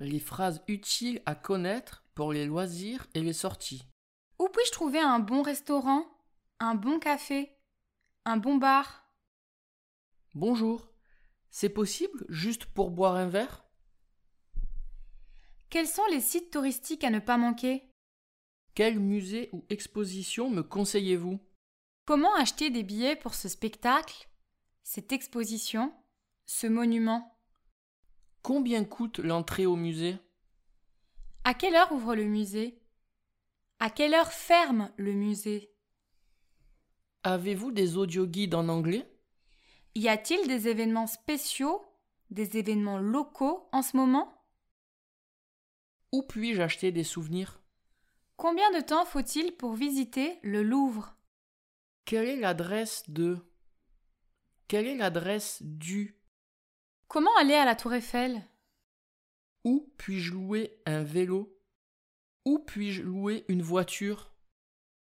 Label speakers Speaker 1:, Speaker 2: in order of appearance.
Speaker 1: Les phrases utiles à connaître pour les loisirs et les sorties.
Speaker 2: Où puis-je trouver un bon restaurant, un bon café, un bon bar
Speaker 1: Bonjour. C'est possible juste pour boire un verre
Speaker 2: Quels sont les sites touristiques à ne pas manquer
Speaker 1: Quel musée ou exposition me conseillez-vous
Speaker 2: Comment acheter des billets pour ce spectacle, cette exposition, ce monument
Speaker 1: Combien coûte l'entrée au musée
Speaker 2: À quelle heure ouvre le musée À quelle heure ferme le musée
Speaker 1: Avez-vous des audioguides en anglais
Speaker 2: Y a-t-il des événements spéciaux, des événements locaux en ce moment
Speaker 1: Où puis-je acheter des souvenirs
Speaker 2: Combien de temps faut-il pour visiter le Louvre
Speaker 1: Quelle est l'adresse de Quelle est l'adresse du
Speaker 2: Comment aller à la Tour Eiffel
Speaker 1: Où puis-je louer un vélo Où puis-je louer une voiture